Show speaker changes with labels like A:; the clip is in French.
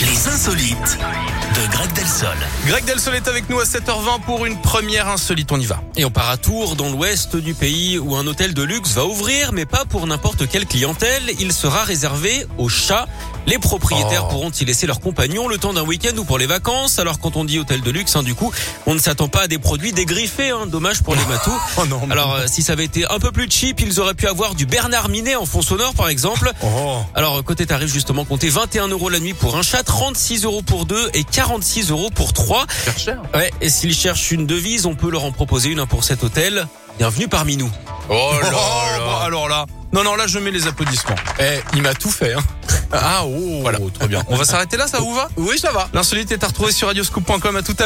A: Les insolites de Greg Delsol.
B: Greg Delsol est avec nous à 7h20 pour une première insolite. On y va.
C: Et on part à Tours, dans l'ouest du pays, où un hôtel de luxe va ouvrir, mais pas pour n'importe quelle clientèle. Il sera réservé aux chats. Les propriétaires
B: Oh.
C: pourront y laisser leurs compagnons le temps d'un week-end ou pour les vacances. Alors quand on dit hôtel de luxe, hein, du coup, on ne s'attend pas à des produits dégriffés. hein. Dommage pour les matous.
B: Oh non. mais-
C: Alors euh, si ça avait été un peu plus cheap, ils auraient pu avoir du Bernard Minet en fond sonore, par exemple.
B: Oh.
C: Alors, euh, côté tarif, justement, comptez 21 euros la nuit pour un chat, 36 euros pour deux et 46 euros pour trois.
B: cher.
C: Ouais, et s'ils cherchent une devise, on peut leur en proposer une hein, pour cet hôtel. Bienvenue parmi nous.
D: Oh là
B: bah,
D: là
B: alors là. Non, non, là, je mets les applaudissements.
D: Eh, il m'a tout fait. Hein.
B: Ah, oh.
D: Voilà, trop bien. Oh.
B: On va s'arrêter là, ça vous va
D: Oui, ça va.
B: L'insolite est à retrouver sur radioscoop.com. À tout à l'heure.